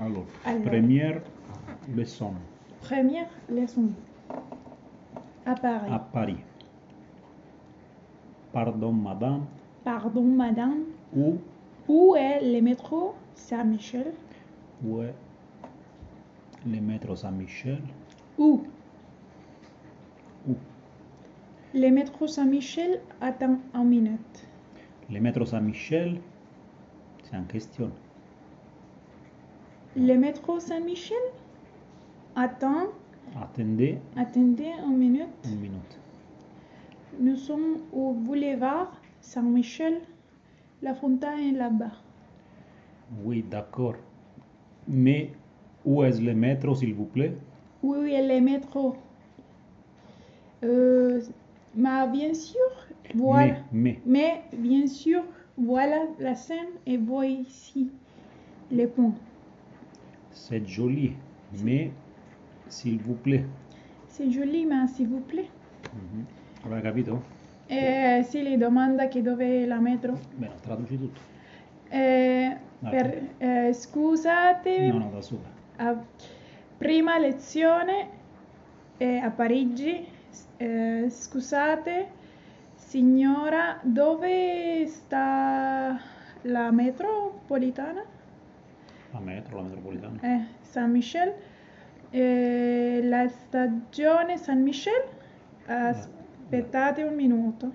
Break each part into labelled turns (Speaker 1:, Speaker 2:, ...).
Speaker 1: Alors,
Speaker 2: Alors.
Speaker 1: première leçon
Speaker 2: Première leçon. À Paris.
Speaker 1: à Paris. Pardon, madame,
Speaker 2: Pardon, madame.
Speaker 1: où,
Speaker 2: Où est le métro Saint-Michel
Speaker 1: où est le métro Saint-Michel
Speaker 2: Où
Speaker 1: Où
Speaker 2: Le métro Saint-Michel attend une minute.
Speaker 1: Le métro Saint-Michel, c'est en question.
Speaker 2: Le métro Saint-Michel attend.
Speaker 1: Attendez
Speaker 2: Attendez une minute.
Speaker 1: une minute.
Speaker 2: Nous sommes au boulevard Saint-Michel. La fontaine est là-bas.
Speaker 1: Oui, d'accord. Mais où est le métro, s'il vous plaît
Speaker 2: Où est le métro Euh, Mais bien sûr, voilà.
Speaker 1: Mais,
Speaker 2: Mais bien sûr, voilà la scène et voici les ponts.
Speaker 1: mais, c'est joli. Mais, s'il vous plaît.
Speaker 2: C'est joli, mais s'il vous plaît.
Speaker 1: Mhm. Avete capito?
Speaker 2: Eh, sì, le domanda che dove la metro.
Speaker 1: Bene, traduci tutto.
Speaker 2: Eh,
Speaker 1: Ah,
Speaker 2: per- eh, scusate,
Speaker 1: No, no, da sola.
Speaker 2: a- prima lezione eh, a Parigi. S- eh, scusate, signora, dove sta la metropolitana?
Speaker 1: La metro, la metropolitana.
Speaker 2: Eh, San Michel. Eh, la stagione San Michel. Aspettate un minuto.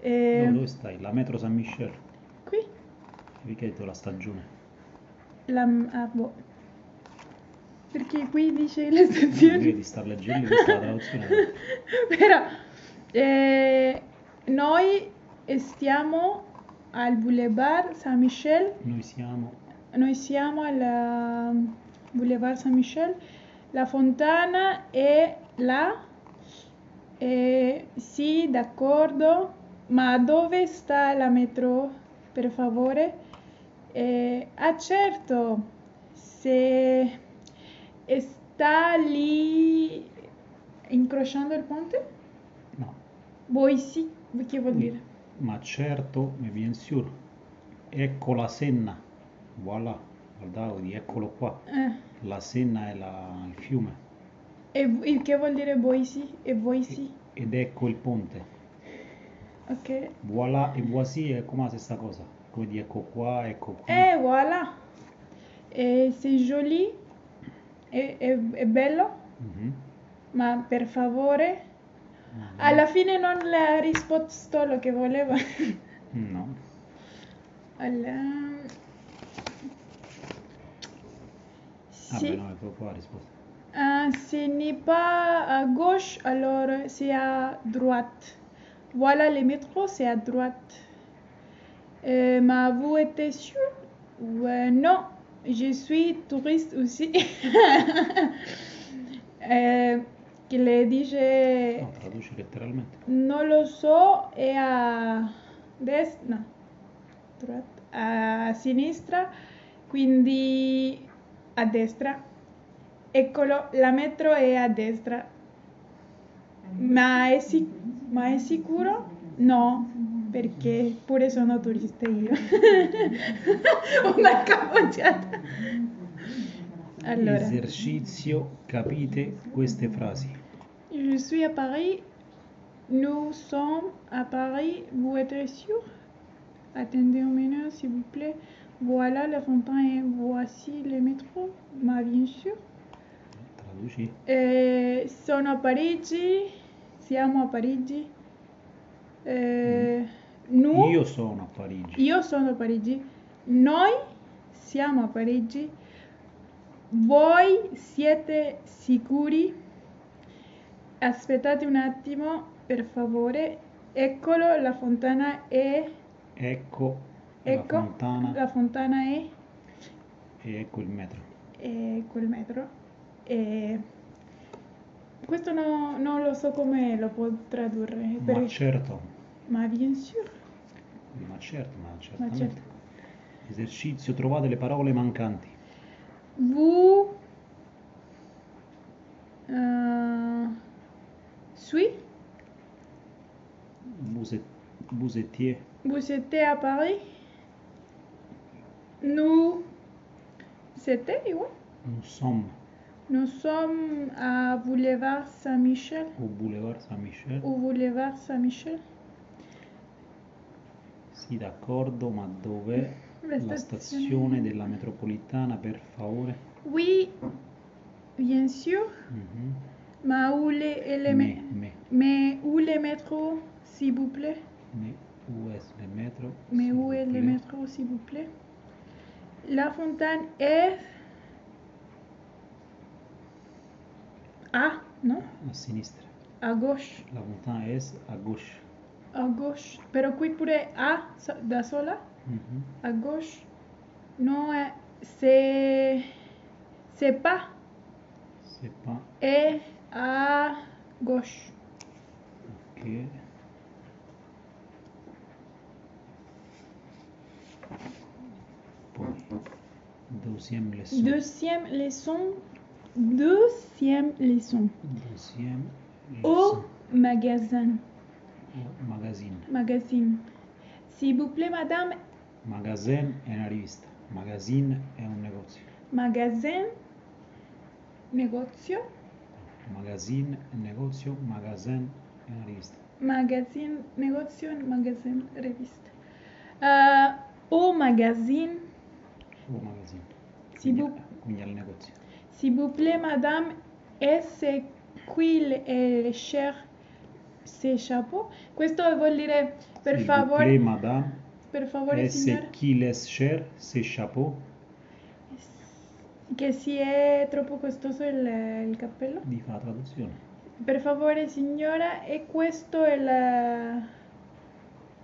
Speaker 2: Eh,
Speaker 1: Dove, dove stai? La metro San Michel.
Speaker 2: qui
Speaker 1: Perché hai detto la stagione?
Speaker 2: la ah, boh. Perché qui dice la stazione.
Speaker 1: Devi star leggendo questa traduzione.
Speaker 2: Però eh, noi stiamo al Boulevard San Michel.
Speaker 1: Noi siamo
Speaker 2: Noi siamo al ehm, Boulevard Saint-Michel, la fontana è là, Eh, sì d'accordo, ma dove sta la metro per favore? Eh, ah certo, se sta lì incrociando il ponte?
Speaker 1: No,
Speaker 2: Voi sì, che vuol dire?
Speaker 1: ma certo, mi bien sûr. Ecco la Senna. Voilà, guardavo di eccolo qua.
Speaker 2: Eh,
Speaker 1: La Senna è la- il fiume.
Speaker 2: e, e che vuol dire voi sì? E voi sì?
Speaker 1: Ed ecco il ponte.
Speaker 2: Ok.
Speaker 1: Voilà e voici è come la stessa cosa. Come di ecco qua, ecco qui.
Speaker 2: E Eh, voilà! E c'est joli, e, e- è bello,
Speaker 1: Mhm.
Speaker 2: ma per favore, alla fine non le ha risposto lo che voleva.
Speaker 1: No.
Speaker 2: Allora...
Speaker 1: Ah
Speaker 2: Si,
Speaker 1: beh, no, ecco qua la risposta.
Speaker 2: ah, ce n'est pas à gauche, alors c'est à droite. Voilà le métro, c'est à droite. Euh, mais vous êtes sûr? Ouais, non, je suis touriste aussi. euh, que le dije,
Speaker 1: No, traduci letteralmente.
Speaker 2: no lo so, è a destra, no, droit- a sinistra, quindi a destra. Eccolo, la metro è a destra. Ma è, sic- ma è sicuro? No, perché pure sono turista io. Oh Una capocciata. Allora,
Speaker 1: Esercizio, capite queste frasi.
Speaker 2: je suis à Paris. Nous sommes à Paris. Vous êtes sûr? Attendez une minute, s'il vous plaît. Voilà la fontaine et voici le métro. Ma bien sûr.
Speaker 1: Traduci.
Speaker 2: Eh, sono a Parigi, siamo a Parigi. Eh, nu-
Speaker 1: Io sono a Parigi.
Speaker 2: io sono a Parigi. Noi siamo a Parigi. Voi siete sicuri? Aspettate un attimo, per favore. Eccolo, la fontana è...
Speaker 1: Ecco
Speaker 2: Ecco,
Speaker 1: la fontana
Speaker 2: la fontana è...
Speaker 1: e ecco il metro.
Speaker 2: e quel metro. E questo no- non lo so come lo può tradurre, per-
Speaker 1: Ma certo,
Speaker 2: ma bien sûr.
Speaker 1: ma certo, ma
Speaker 2: Ma
Speaker 1: certamente.
Speaker 2: certo.
Speaker 1: Esercizio, trovate le parole mancanti.
Speaker 2: Vous euh, suis,
Speaker 1: Vous êtes- vous étiez,
Speaker 2: vous étiez à Paris. Nous C'était igual.
Speaker 1: Nous sommes
Speaker 2: Nous sommes à Boulevard Saint-Michel
Speaker 1: au boulevard Saint-Michel.
Speaker 2: ou Boulevard Saint-Michel.
Speaker 1: Sì, d'accordo, ma dov'è
Speaker 2: La
Speaker 1: la stazione della metropolitana, per favore?
Speaker 2: Oui, bien sûr.
Speaker 1: Mhm.
Speaker 2: Mais où les, et les
Speaker 1: Me,
Speaker 2: mé-
Speaker 1: me,
Speaker 2: mais où les métros, s'il vous plaît?
Speaker 1: me, où est le metro?
Speaker 2: Mais
Speaker 1: s'il
Speaker 2: où
Speaker 1: vous
Speaker 2: est le
Speaker 1: plaît?
Speaker 2: métro, s'il vous plaît La fontaine est... Ah, non
Speaker 1: A sinistra.
Speaker 2: À gauche.
Speaker 1: La fontana es a gauche.
Speaker 2: À gauche. Pero qui pourrait... Ah, so- da sola
Speaker 1: Mhm.
Speaker 2: À gauche. Non, eh, c'est... C'est pas...
Speaker 1: C'est pas
Speaker 2: Est à gauche.
Speaker 1: que... Poi, deuxième leçon.
Speaker 2: Deuxième leçon. Deuxième leçon.
Speaker 1: Deuxième
Speaker 2: Au
Speaker 1: leçon.
Speaker 2: magasin.
Speaker 1: Au magazine.
Speaker 2: Magazine. S'il vous plaît, madame,
Speaker 1: Magazine è una rivista, magazine è un negozio.
Speaker 2: magasin, negozio,
Speaker 1: Magazine è un negozio, magazine è una rivista.
Speaker 2: magazine, negozio, magazine, revista. Euh, au magazine,
Speaker 1: O magazine.
Speaker 2: Si
Speaker 1: quindi,
Speaker 2: bu-
Speaker 1: quindi al negozio.
Speaker 2: s'il vous plaît, madame, est-ce qu'il est cher ces chapeaux? Questo vuol dire, per
Speaker 1: Il
Speaker 2: favore,
Speaker 1: bouclé, madame,
Speaker 2: per favore,
Speaker 1: è
Speaker 2: signora,
Speaker 1: se chi les cher, se chapeau,
Speaker 2: che si è troppo costoso il, il cappello.
Speaker 1: di fa la traduzione.
Speaker 2: Per favore, signora, è questo il eh,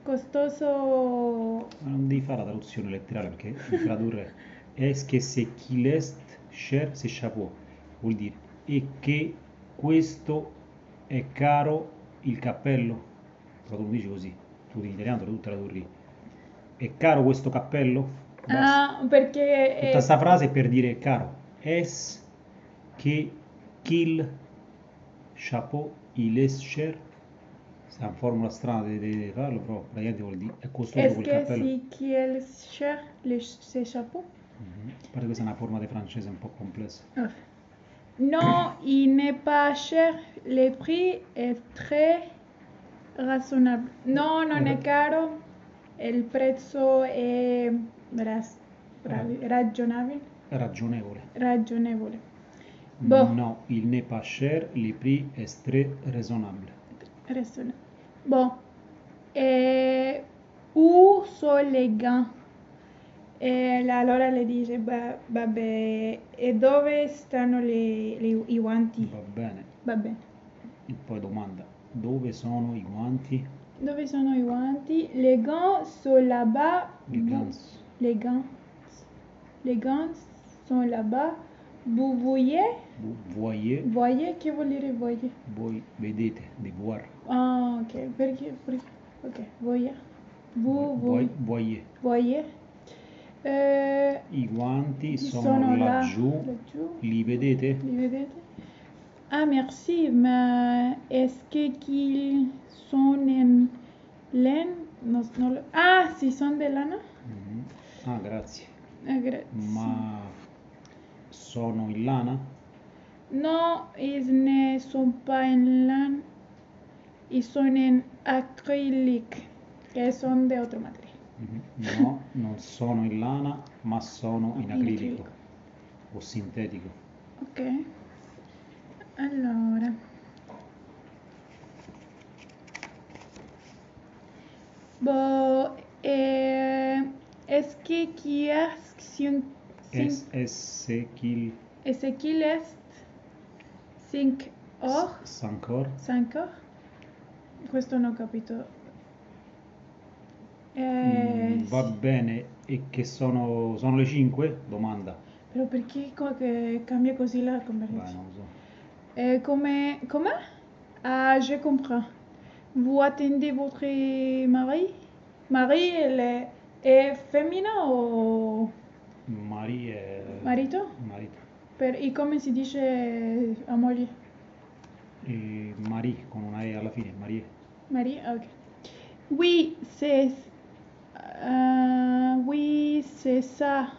Speaker 2: costoso
Speaker 1: Ma non devi fare la traduzione letterale perché devi tradurre es che se chi l'est cher se chapeau vuol dire e che questo è caro il cappello. Però tu non dici così, tu in italiano tu tradurri è caro questo cappello? Basta.
Speaker 2: Ah, perché
Speaker 1: Tutta
Speaker 2: eh,
Speaker 1: sta frase è per dire è caro. Es che kill chapeau il est cher. Questa è una formula strana di, di, di farlo, però praticamente vuol dire è costoso
Speaker 2: est-ce
Speaker 1: quel
Speaker 2: que
Speaker 1: cappello.
Speaker 2: si qu'il cher les, ces chapeaux?
Speaker 1: Mhm. A parte questa è una forma di francese un po' complessa.
Speaker 2: Non, il n'est pas cher. Le prix est très raisonnable. Non, non è
Speaker 1: Mhm.
Speaker 2: caro. Il prezzo è ras- ra-
Speaker 1: Mhm.
Speaker 2: ragionabile.
Speaker 1: Ragionevole.
Speaker 2: ragionevole. Boh.
Speaker 1: No, il n'est pas cher, le prix est très raisonnable.
Speaker 2: Raisonnable. Bon. Eh, où sont les gants? Eh, la Laura le dice, "Va- vabbè, e dove stanno le- le- i guanti?
Speaker 1: Va bene.
Speaker 2: Vabbè,
Speaker 1: E poi domanda, dove sono i guanti?
Speaker 2: dove sono i guanti? Les gants sont là-bas.
Speaker 1: I guns.
Speaker 2: Les gants. Les gants sont là-bas. Vous voyez?
Speaker 1: Vous voyez,
Speaker 2: Voyez, che vuol dire voyez?
Speaker 1: voi vedete, di voir.
Speaker 2: Ah, ok, perché? perché- Ok, voyez. Vous,
Speaker 1: Voi-
Speaker 2: vous,
Speaker 1: voyez.
Speaker 2: voyez? Eh,
Speaker 1: I guanti sono,
Speaker 2: sono là,
Speaker 1: laggiù,
Speaker 2: laggiù.
Speaker 1: li vedete?
Speaker 2: Li vedete? Ah, merci, ma est-ce que qu'ils sont en laine? No, no lo- ah, si son de lana?
Speaker 1: Mhm. Ah, grazie.
Speaker 2: Ah, grazie.
Speaker 1: Ma sono in lana?
Speaker 2: Non, ils ne sont pas en lana. Ils sont en acrylique, que son de otro material.
Speaker 1: Mhm. No, non sono in lana, ma sono in
Speaker 2: In
Speaker 1: acrilico
Speaker 2: acrilico.
Speaker 1: o sintetico.
Speaker 2: Ok. Allora. Boh, eh, es que quieres sin,
Speaker 1: Es, es, kil,
Speaker 2: es qu'il est cinq or,
Speaker 1: sancor,
Speaker 2: cinq or? Questo non ho capito. Eh,
Speaker 1: Mm, va bene, e che sono, sono le 5? Domanda.
Speaker 2: Però perché co- che cambia così la
Speaker 1: Vai,
Speaker 2: conversazione?
Speaker 1: non lo so.
Speaker 2: Euh, comment comment Ah, je comprends. Vous attendez votre mari Mari, elle est, est féminin ou
Speaker 1: Marie è...
Speaker 2: marito
Speaker 1: Marito.
Speaker 2: Per, E come si dice a moglie?
Speaker 1: E Marie con una E alla fine, Marie.
Speaker 2: Mari, Ah, ok. Oui, c'est... euh, oui, c'est ça.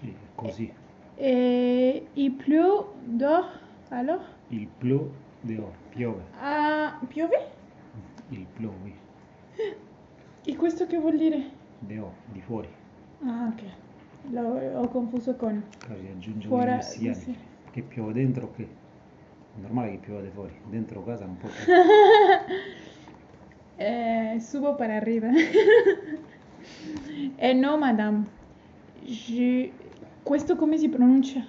Speaker 1: Sì, è così.
Speaker 2: E il plus d'or, alors
Speaker 1: Il pleut dehors, piove.
Speaker 2: Ah, piove?
Speaker 1: Il pleut, oui.
Speaker 2: E questo che vuol dire?
Speaker 1: Dehors, di fuori.
Speaker 2: Ah, ok. L'ho ho confuso con
Speaker 1: Cari, Cioè, aggiunge
Speaker 2: Fuori,
Speaker 1: un messianico.
Speaker 2: sì.
Speaker 1: Che piove dentro o che? È normale che piove di fuori. Dentro casa non può.
Speaker 2: eh, subo para arriba. eh, no, madame. Je... Questo come si pronuncia?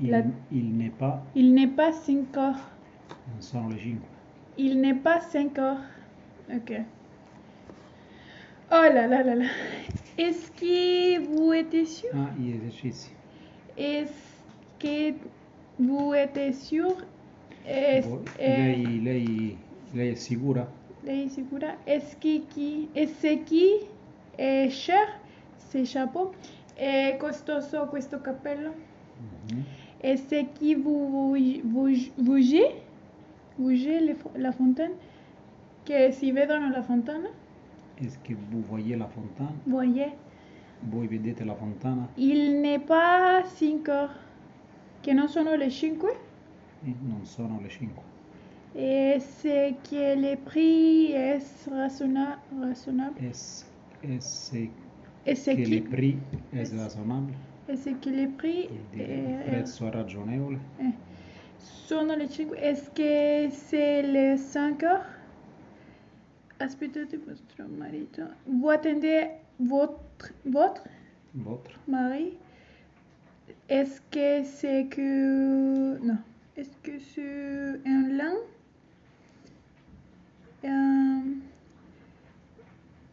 Speaker 1: Il,
Speaker 2: La-
Speaker 1: il n'est pas,
Speaker 2: Il n'est pas 5 heures.
Speaker 1: non sono le 5.
Speaker 2: Il n'est pas 5 heures. Ok. Oh là là là là. Est-ce que vous êtes sûr?
Speaker 1: Ah, gli esercizi.
Speaker 2: Est-ce que vous êtes sûr? Est-ce
Speaker 1: Voi-
Speaker 2: eh,
Speaker 1: Lei, lei, lei è sicura?
Speaker 2: lei è sicura? Est-ce que qui, est-ce qui è cher? C'est chapeau. È costoso questo cappello?
Speaker 1: Mhm.
Speaker 2: Est-ce que vous vous bougez? Bougez le fo- la fontaine? Che si vedono la fontana?
Speaker 1: Est-ce que vous voyez la fontana?
Speaker 2: Voyez.
Speaker 1: Voi vedete la fontana?
Speaker 2: Il n'est pas 5 heures. Che non sono le 5?
Speaker 1: Eh, non sono le 5.
Speaker 2: Et c'est que le prix est raisonna- raisonnable.
Speaker 1: Est-ce est
Speaker 2: Et
Speaker 1: che
Speaker 2: c'est
Speaker 1: il
Speaker 2: que,
Speaker 1: prix è razionabile?
Speaker 2: et c'est que les prix
Speaker 1: Vuol dire il
Speaker 2: eh,
Speaker 1: prezzo è ragionevole?
Speaker 2: eh, sont dans les trucs. Est-ce que c'est les 5 heures Aspettate votre mari. Vous attendez votre, votre
Speaker 1: Votre?
Speaker 2: mari. Est-ce que c'est que. Non. Est-ce que c'est un lin Euh,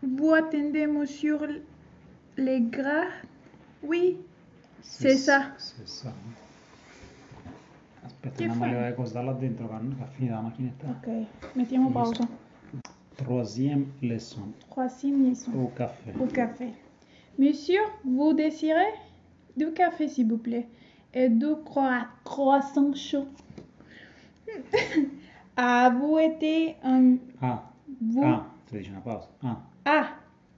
Speaker 2: Vous attendez, monsieur, les gras Oui. C'est ça.
Speaker 1: C'est ça. Aspetta,
Speaker 2: Che
Speaker 1: andiamo a
Speaker 2: fai?
Speaker 1: levare cosa da là dentro che hanno- che ha finito la macchinetta.
Speaker 2: Ok, mettiamo pausa.
Speaker 1: Troisième leçon.
Speaker 2: Troisième leçon.
Speaker 1: Au café.
Speaker 2: Au café. Monsieur, vous désirez du café, s'il vous plaît, et du croi- croissant chaud. ah, vous êtes un.
Speaker 1: Ah,
Speaker 2: Vous...
Speaker 1: ah, si dice una pausa. Ah,
Speaker 2: Ah,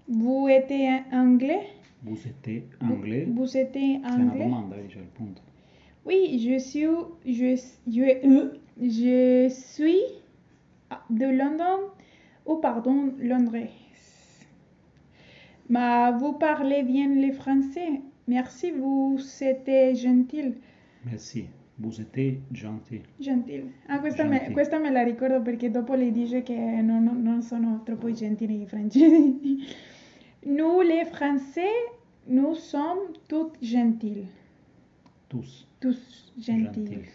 Speaker 2: vous êtes un anglais.
Speaker 1: vous êtes anglais?
Speaker 2: Vous êtes
Speaker 1: C'è una
Speaker 2: anglais.
Speaker 1: domanda, dice il punto.
Speaker 2: Oui, je suis. Je, je, je suis de London. Ou pardon, Londres. Mais vous parlez bien le français. Merci, vous êtes gentil.
Speaker 1: Merci, vous êtes gentil.
Speaker 2: Gentil. Ah, questa me,
Speaker 1: Gentil.
Speaker 2: questa me la ricordo perché dopo lei dice che non, non- non sono troppo gentili i francesi. Nous, les Français, nous sommes tous gentils.
Speaker 1: Tous,
Speaker 2: Tous gentils.
Speaker 1: gentils.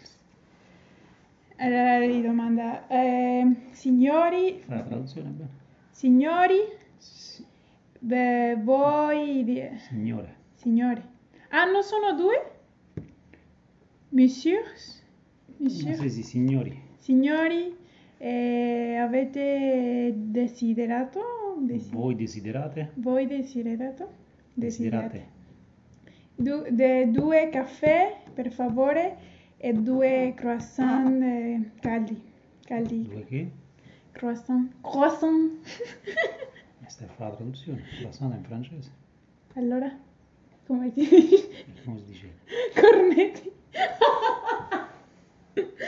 Speaker 2: Allora lei Eh, domanda, ehm, signori,
Speaker 1: Fai la traduzione bene?
Speaker 2: signori,
Speaker 1: Sì,
Speaker 2: beh, voi, di-
Speaker 1: signore.
Speaker 2: signori. Ah, non sono due? Messieurs?
Speaker 1: Ma
Speaker 2: Monsieur?
Speaker 1: sì, sì, signori.
Speaker 2: Signori, eh, avete desiderato? Desi-
Speaker 1: Voi desiderate?
Speaker 2: voi desiderato?
Speaker 1: Desiderate.
Speaker 2: Du- de- due caffè, per favore, e due croissant eh, caldi. Caldi.
Speaker 1: Due che?
Speaker 2: Croissant. Croissant.
Speaker 1: Questa fa la traduzione. La sana in francese.
Speaker 2: Allora, come si dice?
Speaker 1: Come si dice?
Speaker 2: Cornetti.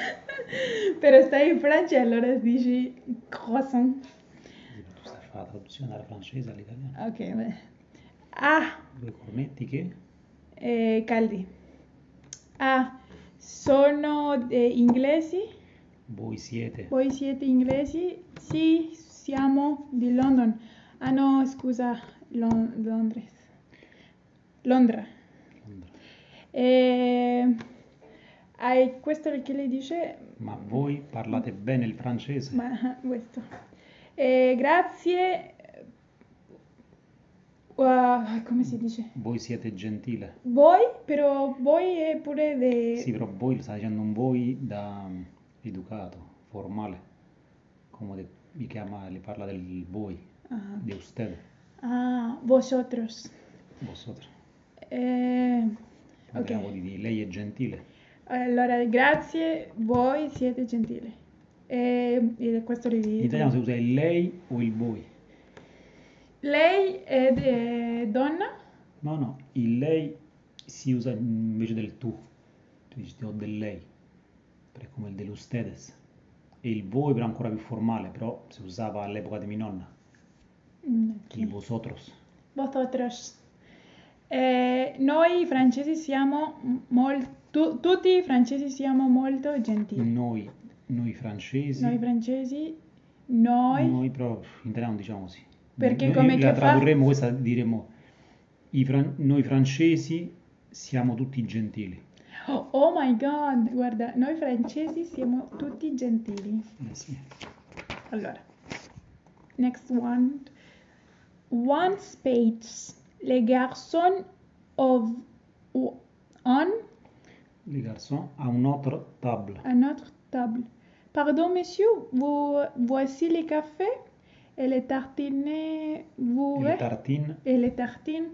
Speaker 2: Però stai in Francia e allora dici croissant.
Speaker 1: Questa fa la traduzione dalla francese all'italiano.
Speaker 2: Ok, beh. Ah,
Speaker 1: Due cornetti che?
Speaker 2: eh, caldi. Ah, sono eh, inglesi?
Speaker 1: Voi siete.
Speaker 2: Voi siete inglesi? Sì, siamo di London. Ah no, scusa, Lon- Londres. Londra. E... Hai questo perché lei dice?
Speaker 1: Ma voi parlate bene il francese?
Speaker 2: Ma ah, questo. Eh, grazie. Uh, come si dice?
Speaker 1: Voi siete gentile.
Speaker 2: Voi, però voi è pure de...
Speaker 1: Sì, però voi lo sta dicendo un voi da mm, educato, formale. Come de- mi chiama, le parla del voi,
Speaker 2: Ah,
Speaker 1: di usted,
Speaker 2: ah, vosotros.
Speaker 1: vosotros.
Speaker 2: Eh,
Speaker 1: Ma
Speaker 2: ok.
Speaker 1: teniamo di dire, lei è gentile.
Speaker 2: Allora, grazie, voi siete gentili. E, e questo le
Speaker 1: In
Speaker 2: dico.
Speaker 1: italiano si usa il lei o il voi.
Speaker 2: Lei è de- donna?
Speaker 1: No, no, il lei si usa invece del tu, tu dici ho del lei, perché è come il dell'ustedes. E il voi era ancora più formale, però si usava all'epoca di mia nonna,
Speaker 2: Mm, ok.
Speaker 1: il vosotros.
Speaker 2: Vosotros. Eh, noi francesi siamo molto... tutti i francesi siamo molto gentili.
Speaker 1: Noi, noi francesi,
Speaker 2: Noi francesi, noi...
Speaker 1: noi però in italiano diciamo così.
Speaker 2: Perché
Speaker 1: Noi- eh,
Speaker 2: come
Speaker 1: la
Speaker 2: che fa-
Speaker 1: tradurremo questa, diremo i fran- noi francesi siamo tutti gentili.
Speaker 2: Oh, oh my god, guarda, noi francesi siamo tutti gentili.
Speaker 1: Eh sì.
Speaker 2: Allora, next one. One space. Les garçons of on
Speaker 1: Les garçons à un autre table.
Speaker 2: à notre table. Pardon, monsieur, vous voici les cafés et les tartines. Vous
Speaker 1: Il tartine
Speaker 2: et les tartines.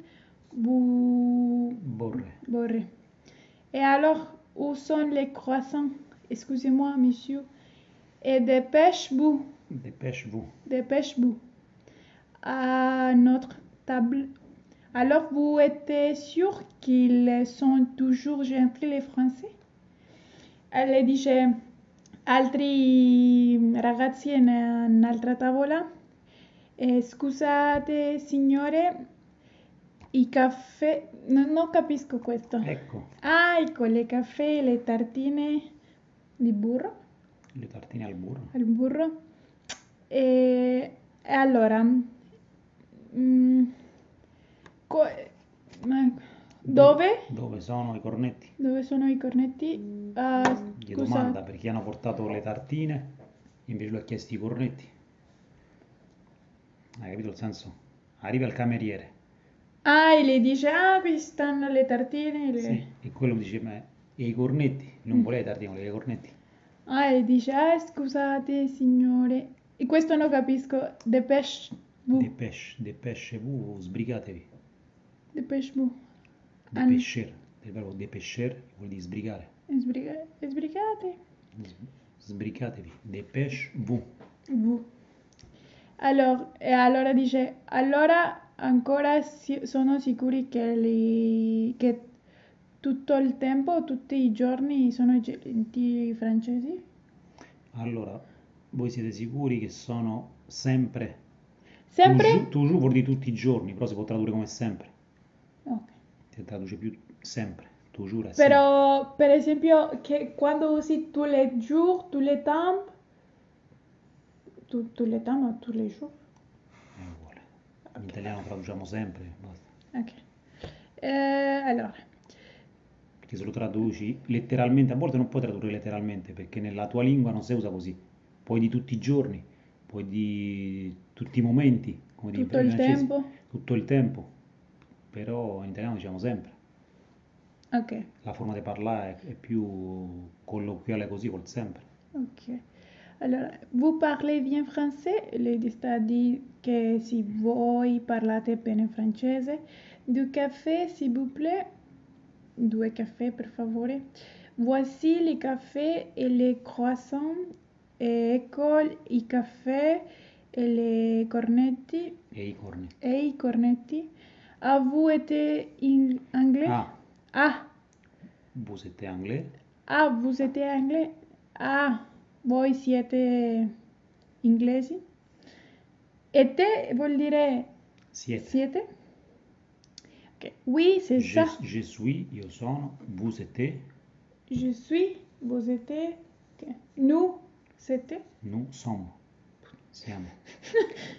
Speaker 2: Vous
Speaker 1: borre.
Speaker 2: Borré. Et alors, où sont les croissants Excusez-moi, monsieur. Et dépêche-vous,
Speaker 1: Dépêche-vous.
Speaker 2: dépêche-vous. À notre table. Alors, vous étiez sûr qu'ils sont toujours gentils, les Français Elle dice, altri ragazzi in un'altra tavola. Eh, scusate, signore, i caffè... no- non capisco questo.
Speaker 1: Ecco,
Speaker 2: Ah, ecco le caffè, le tartine di burro,
Speaker 1: le tartine al burro.
Speaker 2: al burro. E, e allora, mm, co- ma- dove?
Speaker 1: Dove sono i cornetti?
Speaker 2: Dove sono i cornetti? Ah,
Speaker 1: Gli domanda
Speaker 2: scusa,
Speaker 1: perché hanno portato le tartine invece lui ha chiesto i cornetti. Hai capito il senso? Arriva il cameriere
Speaker 2: ah, e le dice, ah, qui stanno le tartine. le-
Speaker 1: sì, e quello dice: Ma e i cornetti?
Speaker 2: Mm.
Speaker 1: Non voleva le tartine, voleva i cornetti.
Speaker 2: Ah, e dice, ah, scusate, signore. E questo non capisco, depeche vous,
Speaker 1: Dépêche, dépêchez-vous, sbrigatevi.
Speaker 2: depeche vous. Ah, no.
Speaker 1: Dépêcher, del verbo dépêcher vuol dire sbrigare.
Speaker 2: Sbriga- sbrigate.
Speaker 1: S- Sbrigatevi, dépêche-vous.
Speaker 2: V. Allora, e allora dice, allora ancora si- sono sicuri che, li- che tutto il tempo, tutti i giorni sono gentili i francesi?
Speaker 1: Allora, voi siete sicuri che sono sempre
Speaker 2: Sempre?
Speaker 1: Toujours, toujours vuol dire tutti i giorni, però si può tradurre come sempre.
Speaker 2: Ok.
Speaker 1: Si traduce più sempre. Toujours è sempre.
Speaker 2: Però, per esempio, che quando usi tous les jours, tous les temps, tu- tous les temps o tous les jours?
Speaker 1: Eh, vuole. In italiano traduciamo sempre, basta.
Speaker 2: Ok. Eh, allora,
Speaker 1: Perché se lo traduci letteralmente, a volte non puoi tradurre letteralmente, perché nella tua lingua non si usa così. Puoi di tutti i giorni, puoi di tutti i momenti, come dicono
Speaker 2: tutto
Speaker 1: i
Speaker 2: il
Speaker 1: francesi,
Speaker 2: tempo?
Speaker 1: tutto il tempo. Però in italiano diciamo sempre.
Speaker 2: Ok.
Speaker 1: La forma di parlare è, è più colloquiale così, col sempre.
Speaker 2: Ok. Allora, vous parlez bien français? Lei ti sta a dire che se voi parlate bene francese. Du café, s'il vous plaît. Due caffè, per favore. Voici les cafés et les croissants. Et ecco i caffè et les cornetti.
Speaker 1: E i corni.
Speaker 2: Et i cornetti. Ah, vous êtes in- anglais?
Speaker 1: Ah,
Speaker 2: Ah,
Speaker 1: vous siete anglais?
Speaker 2: Ah, vous êtes anglais. Ah, voi siete inglesi. Et te vuol dire
Speaker 1: Siete.
Speaker 2: siete. Ok, Oui, c'est
Speaker 1: Je,
Speaker 2: ça.
Speaker 1: je suis, io sono, vous siete,
Speaker 2: Je suis, vous êtes, ok. nous, c'était.
Speaker 1: nous sommes. Siamo.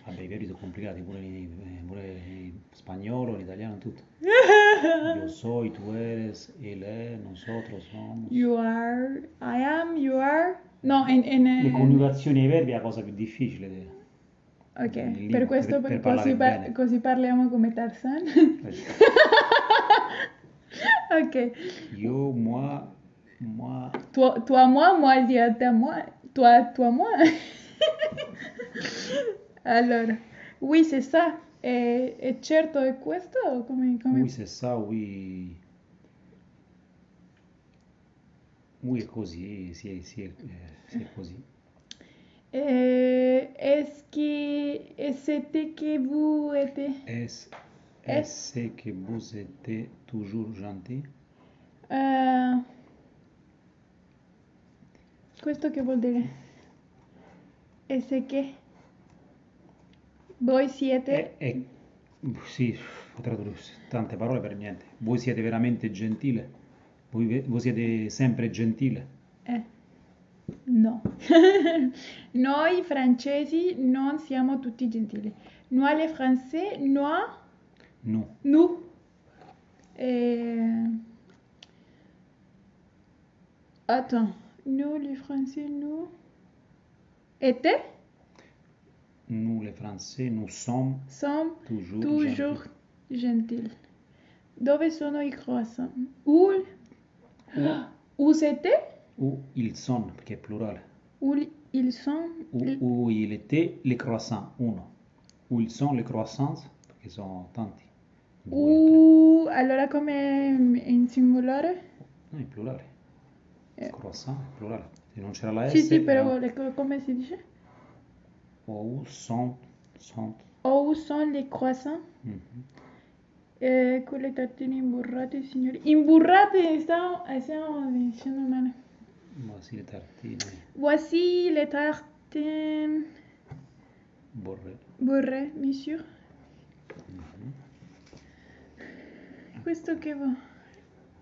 Speaker 1: Vabbè, i verbi sono complicati, pure in, eh, pure in spagnolo, in italiano, in tutto. Io soy, tu eres, él es, nosotros somos.
Speaker 2: You are, I am, you are. No, in, in,
Speaker 1: Le
Speaker 2: eh,
Speaker 1: coniugazioni ai verbi è la cosa più difficile. de- in
Speaker 2: ok,
Speaker 1: lingua,
Speaker 2: per questo
Speaker 1: per- per
Speaker 2: così,
Speaker 1: parlare
Speaker 2: par-
Speaker 1: bene.
Speaker 2: così parliamo come Tarzan. ok.
Speaker 1: Io, moi, moi,
Speaker 2: Toi, toi, moi, moi, il y a ta, moi. Toi, toi, moi. Alors, oui, c'est ça. E, e certo è questo? o Come, come...
Speaker 1: lui se sa, lui... Lui è così, sì, sì, eh, sì, è così.
Speaker 2: Eh, est-ce que, et c'était que vous étiez?
Speaker 1: Es, Est-ce que vous êtes toujours gentil?
Speaker 2: Eh, questo che vuol dire? E se che? Voi siete...
Speaker 1: E- e- sì, ho tradotto tante parole per niente. Voi siete veramente gentile? Voi, ve- voi siete sempre gentile?
Speaker 2: Eh, no. Noi francesi non siamo tutti gentili. Noi les français, noi,
Speaker 1: No.
Speaker 2: nous. Eh, Attends, nous les français, nous. Et te?
Speaker 1: Nous, les Français, nous sommes
Speaker 2: Sommes
Speaker 1: toujours,
Speaker 2: toujours gentils. Dove sono i croissants? e Où? Où c'était?
Speaker 1: gentils. Ou ils sont, perché è plurale.
Speaker 2: Où ils sont?
Speaker 1: Ou, ou il était les croissants, uno. Ou ils sont les croissants, perché sono tanti. Due,
Speaker 2: U, allora come in singolare?
Speaker 1: tre. No, in plurale.
Speaker 2: Eh.
Speaker 1: Croissant, in plurale. Se non c'era la S,
Speaker 2: Sì, sì,
Speaker 1: era-
Speaker 2: però le co- come si dice?
Speaker 1: Ou sont, sont.
Speaker 2: O sono le croissants?
Speaker 1: Mhm.
Speaker 2: Eh, con le tartine imburrate, signori. Imburrate, stavo- eh, stiamo dicendo male.
Speaker 1: Voici les tartines.
Speaker 2: Voici le tartines
Speaker 1: Borré.
Speaker 2: burré, monsieur.
Speaker 1: Mhm.
Speaker 2: Questo che va?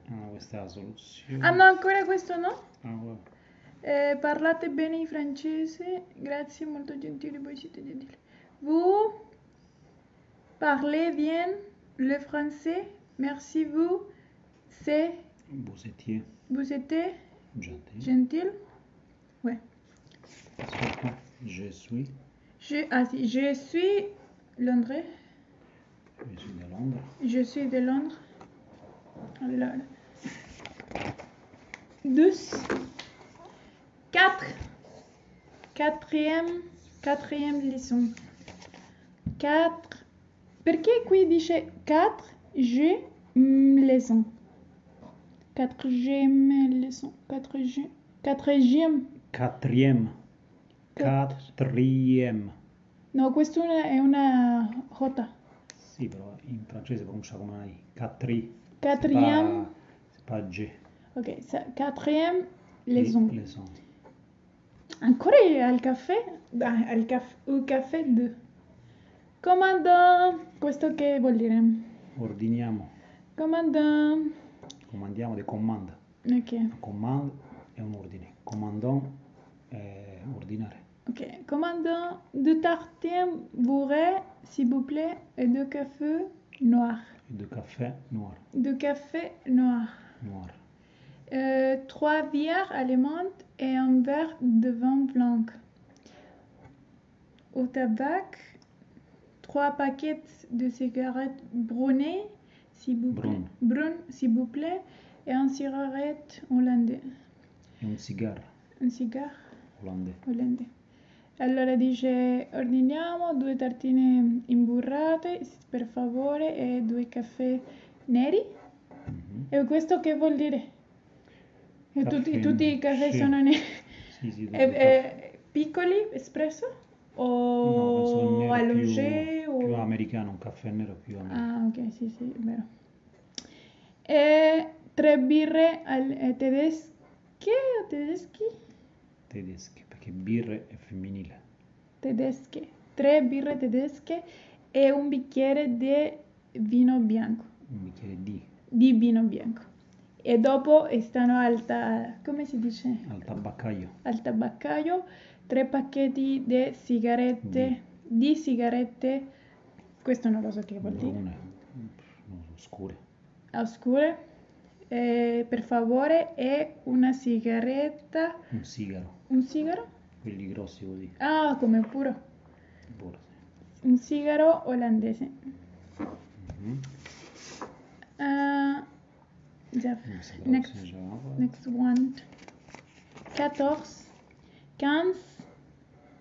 Speaker 1: Ah, questa è la soluzione.
Speaker 2: Ah, no, ancora questo no?
Speaker 1: Ah, guarda.
Speaker 2: Eh, parlate bene in francese, grazie, molto gentili, voi siete gentili. Vous parlez bien le français, merci vous, c'est,
Speaker 1: Vous étiez
Speaker 2: vous êtes
Speaker 1: gentil.
Speaker 2: gentil. Ouais.
Speaker 1: Sauf que Je suis,
Speaker 2: Je, ah, si, je suis Londres,
Speaker 1: je suis de Londres.
Speaker 2: je suis de Londres. Alors, deux, quatre, quatrième, quatrième leçon. 4. Perché qui dice 4 G leçon? 4e leçon. 4G. 4e.
Speaker 1: Quatrième. Quatrième.
Speaker 2: No, questa è una- è una J.
Speaker 1: Sì, però in francese pronuncia come una I. Quatri. C'est
Speaker 2: Quatrième.
Speaker 1: pas- C'est pas G.
Speaker 2: Ok, ça- quatrième leçon.
Speaker 1: Leçon.
Speaker 2: Ancora al caffè? Ah, al caff- au caffè 2. Comanda. Questo che vuol dire?
Speaker 1: Ordiniamo.
Speaker 2: Comanda.
Speaker 1: Comandiamo dei command.
Speaker 2: Ok.
Speaker 1: Command è un ordine. Commandant è ordinare.
Speaker 2: Ok, commandant, deux tartines bourrées, s'il vous plaît, et deux cafés noirs.
Speaker 1: E due caffè noir.
Speaker 2: Deux cafés noirs.
Speaker 1: Noir.
Speaker 2: Euh, trois bières allemandes et un verre de vin blanc. Au tabac, trois paquets de cigarettes brunées, s'il vous plaît.
Speaker 1: Brune.
Speaker 2: Brunes, s'il vous plaît, et un cigarette hollandais.
Speaker 1: E un sigaro
Speaker 2: Un cigare
Speaker 1: olandese.
Speaker 2: Volente. Allora dice ordiniamo due tartine imburrate per favore e due caffè neri.
Speaker 1: Mhm.
Speaker 2: E questo che vuol dire? E tutti,
Speaker 1: Caffè,
Speaker 2: tutti i caffè
Speaker 1: sì.
Speaker 2: sono neri.
Speaker 1: Sì, sì,
Speaker 2: E-
Speaker 1: due caffè.
Speaker 2: e piccoli, espresso?
Speaker 1: No, penso il
Speaker 2: O
Speaker 1: nero
Speaker 2: allongé?
Speaker 1: più,
Speaker 2: o...
Speaker 1: più americano, un caffè nero più americano.
Speaker 2: Ah, ok, sì, sì, è vero. E tre birre al- eh, tedesche o tedeschi?
Speaker 1: Tedeschi, perché birre è femminile.
Speaker 2: tedesche, tre birre tedesche e un bicchiere di vino bianco,
Speaker 1: Un bicchiere di
Speaker 2: di vino bianco. E dopo stanno alta, come si dice?
Speaker 1: al tabaccaio.
Speaker 2: Al tabaccaio, tre pacchetti di sigarette, di sigarette, questo non lo so che vuol dire,
Speaker 1: Brune, pff, non so, scure.
Speaker 2: oscure, eh, per favore, e una sigaretta,
Speaker 1: Un sigaro,
Speaker 2: un sigaro?
Speaker 1: quelli grossi così.
Speaker 2: Ah, come puro,
Speaker 1: pure, sì.
Speaker 2: un sigaro olandese.
Speaker 1: Mhm.
Speaker 2: Uh, yeah.
Speaker 1: Non so, però,
Speaker 2: Next,
Speaker 1: se ne c'era una.
Speaker 2: next one. 14, 15,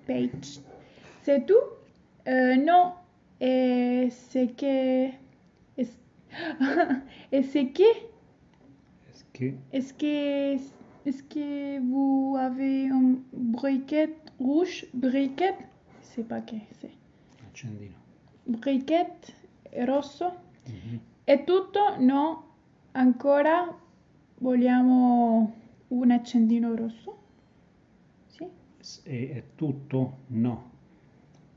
Speaker 2: page. C'est tout? Euh, non. Et c'est que. est- Et c'est que.
Speaker 1: Est-ce que-
Speaker 2: Est-ce que. Est-ce que vous avez un briquette rouge? Briquette? Je sais pas que c'est.
Speaker 1: Accendino.
Speaker 2: Briquette rosso?
Speaker 1: Mhm.
Speaker 2: È tutto? No, ancora vogliamo un accendino rosso? Sì?
Speaker 1: S- E è tutto? No.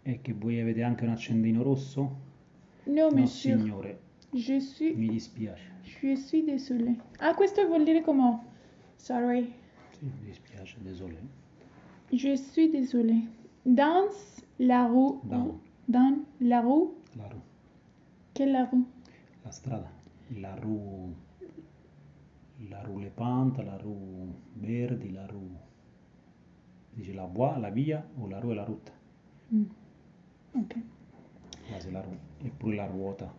Speaker 1: E che voi avete anche un accendino rosso?
Speaker 2: Oh, No,
Speaker 1: No,
Speaker 2: monsieur.
Speaker 1: signore,
Speaker 2: Je suis,
Speaker 1: mi dispiace.
Speaker 2: je suis désolé. Ah, questo vuol dire come sorry.
Speaker 1: Sì, mi dispiace, desole.
Speaker 2: Je suis désolé. Dans la rue.
Speaker 1: Dans.
Speaker 2: Dans la rue.
Speaker 1: La rue,
Speaker 2: Quelle la rue?
Speaker 1: la strada, la rue, la rue Lepanta, la rue Verdi, la rue... Dice la voie, la via o la rue è la rotta?
Speaker 2: Mm. Ok.
Speaker 1: Ma se la rue, e pure la ruota.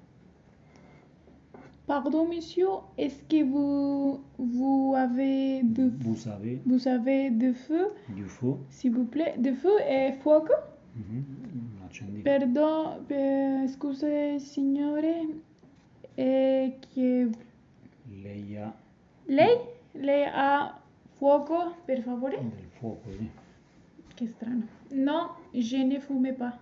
Speaker 2: Pardon, monsieur, est-ce que vous, vous avez de,
Speaker 1: Vous savez,
Speaker 2: vous avez de feu,
Speaker 1: du feu,
Speaker 2: s'il vous plaît? De feu et fuoco?
Speaker 1: mhm, un accendino.
Speaker 2: Perdon, eh, scusi, signore, eh, che
Speaker 1: Lei ha
Speaker 2: lei, lei ha fuoco, per favore?
Speaker 1: del fuoco, sì.
Speaker 2: Che strano. No, je ne fume pas.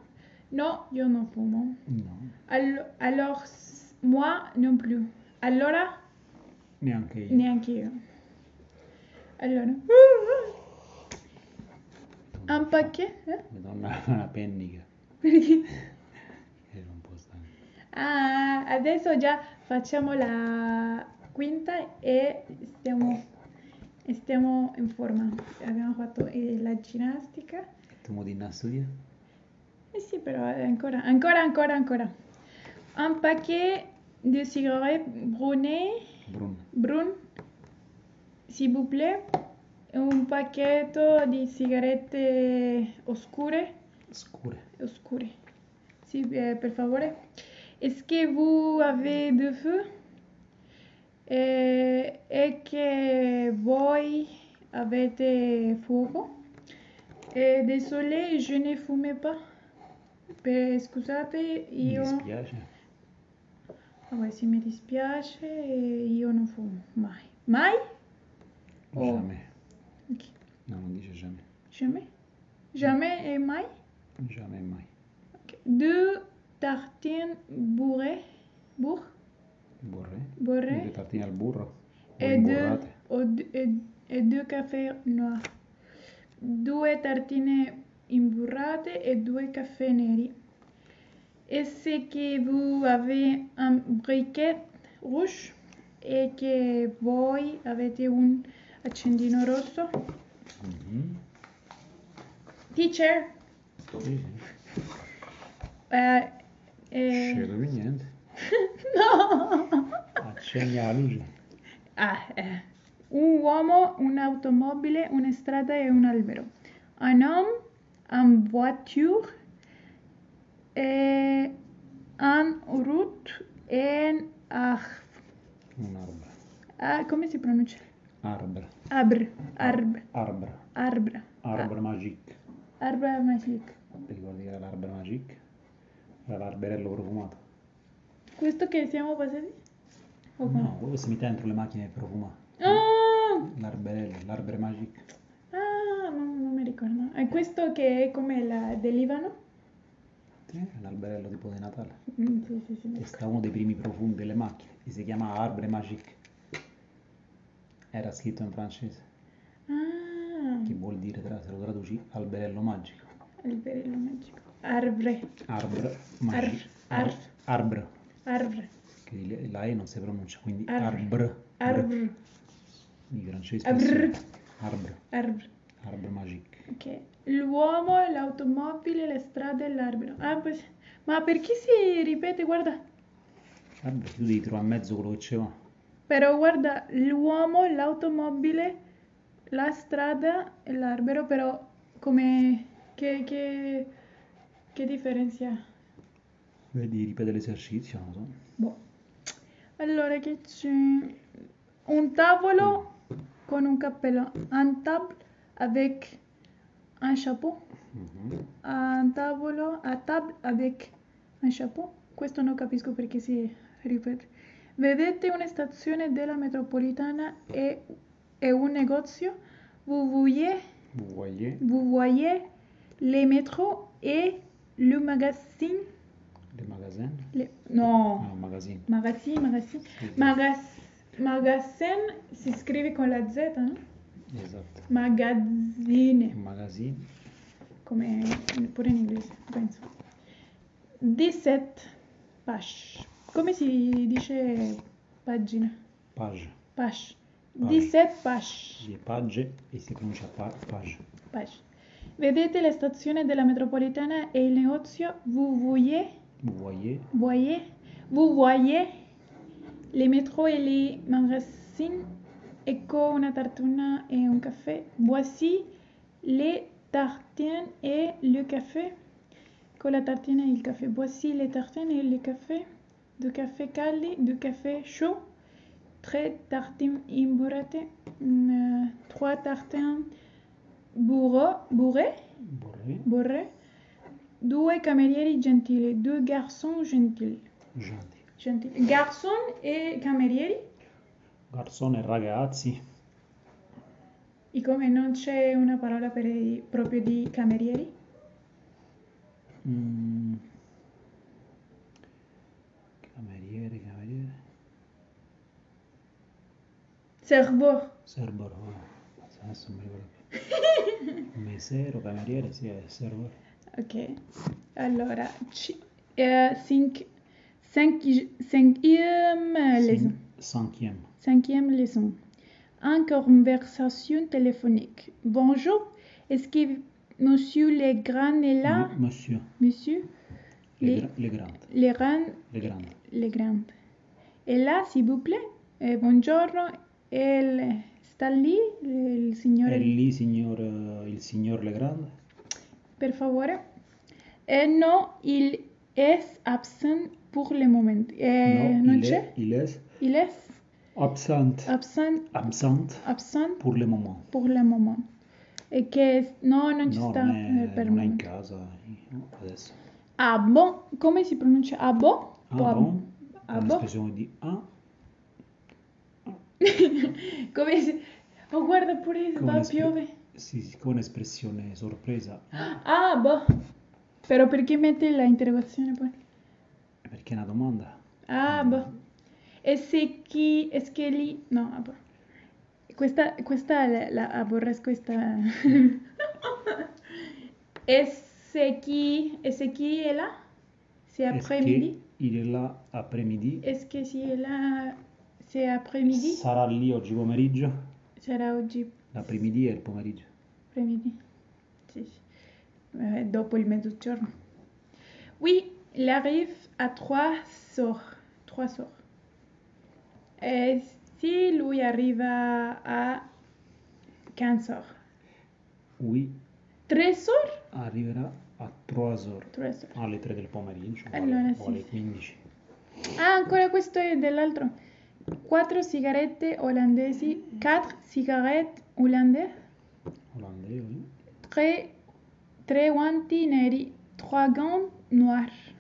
Speaker 2: No, io non fumo.
Speaker 1: No,
Speaker 2: Allo- alors, s- moi non plus. Allora,
Speaker 1: neanche io.
Speaker 2: neanche io. Allora. Un pacchetto? Eh?
Speaker 1: Madonna, una pennica.
Speaker 2: Perché?
Speaker 1: Ero un po' stanco.
Speaker 2: Ah, adesso già facciamo la quinta e stiamo, e stiamo in forma. Abbiamo fatto eh, la ginnastica.
Speaker 1: Tu mo di andare a studiare?
Speaker 2: Eh sì, però eh, ancora, ancora, ancora, ancora. Un paquet di cigarette brunet,
Speaker 1: Bruno.
Speaker 2: brun, s'il vous plaît. Un pacchetto di sigarette oscure,
Speaker 1: Scure.
Speaker 2: oscure. Sì, eh, per favore. Est-ce que vous avez de feu? Eh, è che voi avete fuoco? Eh, désolé, je ne fume pas. Per- scusate, io...
Speaker 1: Mi dispiace.
Speaker 2: Vabbè, sì, mi dispiace, eh, io non fumo mai. Mai? Oh.
Speaker 1: Jamais.
Speaker 2: Ok.
Speaker 1: No, non dice jamais.
Speaker 2: Jamais? Jamais e mai?
Speaker 1: Jamais mai.
Speaker 2: Ok. Deux tartines bourrées. Bourre?
Speaker 1: Borré.
Speaker 2: Bourrées.
Speaker 1: Due tartine eh? al burro. O
Speaker 2: Et deux,
Speaker 1: imburrate.
Speaker 2: au- et, et deux cafés noirs. Due tartine imburrate e due caffè neri. Est-ce que vous avez un briquet rouge e che voi avete un accendino rosso?
Speaker 1: Mhm.
Speaker 2: Teacher,
Speaker 1: Sì, sì.
Speaker 2: eh, eh,
Speaker 1: Scendo più niente.
Speaker 2: no!
Speaker 1: Accendi la luce.
Speaker 2: Ah, eh. Un uomo, un'automobile, una strada e un albero. Un homme, un voiture, e un route e ah,
Speaker 1: Un arbra.
Speaker 2: ah, come si pronuncia?
Speaker 1: Arbra.
Speaker 2: Abr, arb,
Speaker 1: Arbra.
Speaker 2: arbra,
Speaker 1: Arbra magic.
Speaker 2: arbra magic.
Speaker 1: Ti ricordi che era l'arbra magic? Era l'arberello profumato.
Speaker 2: Questo che siamo passati? O come?
Speaker 1: No, quello che si mette dentro le macchine per profumare.
Speaker 2: Ah,
Speaker 1: L'arberello, l'arbre magic.
Speaker 2: ah, non, non mi ricordo. È questo che è come la del Libano?
Speaker 1: Eh, L'alberello tipo di Natale.
Speaker 2: Mm, sì, sì, sì. mi
Speaker 1: È stato uno dei primi profumi delle macchine e si chiamava Arbre Magique. Era scritto in francese,
Speaker 2: Ah,
Speaker 1: che vuol dire, tra- se lo traduci, alberello magico.
Speaker 2: alberello magico. Arbre,
Speaker 1: Arbre magico.
Speaker 2: Ar-
Speaker 1: Ar- arbre.
Speaker 2: arbre,
Speaker 1: Che il- la E non si pronuncia, quindi
Speaker 2: Ar-
Speaker 1: arbre. Br.
Speaker 2: arbre,
Speaker 1: I francesi
Speaker 2: Ar-
Speaker 1: spesso- Arbre.
Speaker 2: arbre.
Speaker 1: Arbre magique.
Speaker 2: Ok. L'uomo, l'automobile, le strade e l'albero. Ah, poi- ma perché si ripete? Guarda,
Speaker 1: Arbre, tu devi trovare in mezzo quello che c'è.
Speaker 2: però guarda, l'uomo, l'automobile, la strada e l'albero, però come... Che, che, che differenza? ha?
Speaker 1: Vedi, ripete l'esercizio, non lo so.
Speaker 2: Boh. Allora che c'è? Un tavolo con un cappello, un table avec un chapeau,
Speaker 1: Mhm.
Speaker 2: un tavolo, a table avec un chapeau. Questo non capisco perché si ripete. Vedete una stazione della metropolitana e, e un negozio. Vous voyez,
Speaker 1: Voyez,
Speaker 2: vous voyez les métros et le magazine
Speaker 1: Le magasin? Ah,
Speaker 2: Le- no,
Speaker 1: No, magazine.
Speaker 2: magazine, magazine. Magas- magazine si scrive con la Z, no?
Speaker 1: Esatto.
Speaker 2: Magazzine,
Speaker 1: Magazine.
Speaker 2: come pure in inglese, penso. 17 page. Come si dice pagina?
Speaker 1: Page.
Speaker 2: Page.
Speaker 1: Page.
Speaker 2: 17 page.
Speaker 1: Sì, page e si pronuncia pa- page.
Speaker 2: Page. Vedete la stazione della metropolitana e il negozio Vous voyez,
Speaker 1: Vous voyez?
Speaker 2: voyez, vous voyez les métros et les magasins. Ecco una tartuna e un caffè. Voici les tartines et le café. Con la tartine e il caffè. Voici les tartines et le café. Du caffè caldi, du caffè chaud. Tre tartines imburrate. mm, Trois tartines bourreau- bourrées.
Speaker 1: Vorrei.
Speaker 2: Vorrei due camerieri gentili, due garçons gentili.
Speaker 1: Gianti.
Speaker 2: gentili. Garçon e camerieri?
Speaker 1: Garzone ragazzi.
Speaker 2: E come non c'è una parola per i- proprio di camerieri?
Speaker 1: Mm. Cameriere, cameriere.
Speaker 2: Servo.
Speaker 1: Server. oh, Adesso non mi ricordo più. Mesero, cameriere, sì, è server.
Speaker 2: Ok, allora, eh, 5 cinquième leçon.
Speaker 1: Cin- Cinquième.
Speaker 2: Cinquième leçon. En conversation téléphonique. Bonjour, est-ce que monsieur Legrand est là?
Speaker 1: M- Monsieur.
Speaker 2: Monsieur
Speaker 1: Le,
Speaker 2: Le-
Speaker 1: gra- le grand.
Speaker 2: Legrand
Speaker 1: Le grand.
Speaker 2: Le grand. Et là, s'il vous plaît, eh, buongiorno, il sta lì, il
Speaker 1: È
Speaker 2: signore,
Speaker 1: lì signor, eh, il signor Legrand?
Speaker 2: per favore. Eh, no, il es absent pour le moment. Eh, non
Speaker 1: il
Speaker 2: c'è?
Speaker 1: è, il è
Speaker 2: Il es
Speaker 1: absent.
Speaker 2: absent,
Speaker 1: Absent
Speaker 2: absent
Speaker 1: pour le moment.
Speaker 2: pour le moment. E che no, non ci
Speaker 1: No,
Speaker 2: sta
Speaker 1: non
Speaker 2: eh,
Speaker 1: è,
Speaker 2: per il
Speaker 1: non è in
Speaker 2: momento.
Speaker 1: casa eh, adesso.
Speaker 2: Ah, bon, come si pronuncia? Ah, bon? O
Speaker 1: Ah,
Speaker 2: ab-
Speaker 1: bon? È
Speaker 2: ah, bon?
Speaker 1: un'espressione di ah,
Speaker 2: Come si... Oh, guarda pure,
Speaker 1: Come
Speaker 2: va,
Speaker 1: si-
Speaker 2: piove.
Speaker 1: sì, sì, come un'espressione sorpresa.
Speaker 2: Ah, boh. Però perché mette la interrogazione poi?
Speaker 1: Perché è una domanda.
Speaker 2: Ah, boh. E se chi... E che lì... No, ah, boh. Questa... Questa... La, la aborrezco questa... e se chi... E se chi è là? Se
Speaker 1: Perché
Speaker 2: après-midi?
Speaker 1: il è là après-midi?
Speaker 2: Est-ce che si è là... Se après-midi?
Speaker 1: Sarà lì oggi pomeriggio?
Speaker 2: Sarà oggi
Speaker 1: L'après-midi è il pomeriggio.
Speaker 2: après-midi. Sì, sì. Eh, dopo il mezzogiorno. Oui, il arrive à 3 heures. 3 heures. E si lui arriva a 15 heures.
Speaker 1: Qui
Speaker 2: 3 heures?
Speaker 1: arriverà a 3 ore,
Speaker 2: 3 heures.
Speaker 1: alle 3 del pomeriggio
Speaker 2: Allora,
Speaker 1: o alle,
Speaker 2: sì,
Speaker 1: o alle
Speaker 2: sì.
Speaker 1: 15.
Speaker 2: Ah, ancora questo è dell'altro. 4 sigarette olandesi. 4 sigarette olandesi.
Speaker 1: Olandese, eh?
Speaker 2: 3, 3 guanti neri. 3 gants noirs.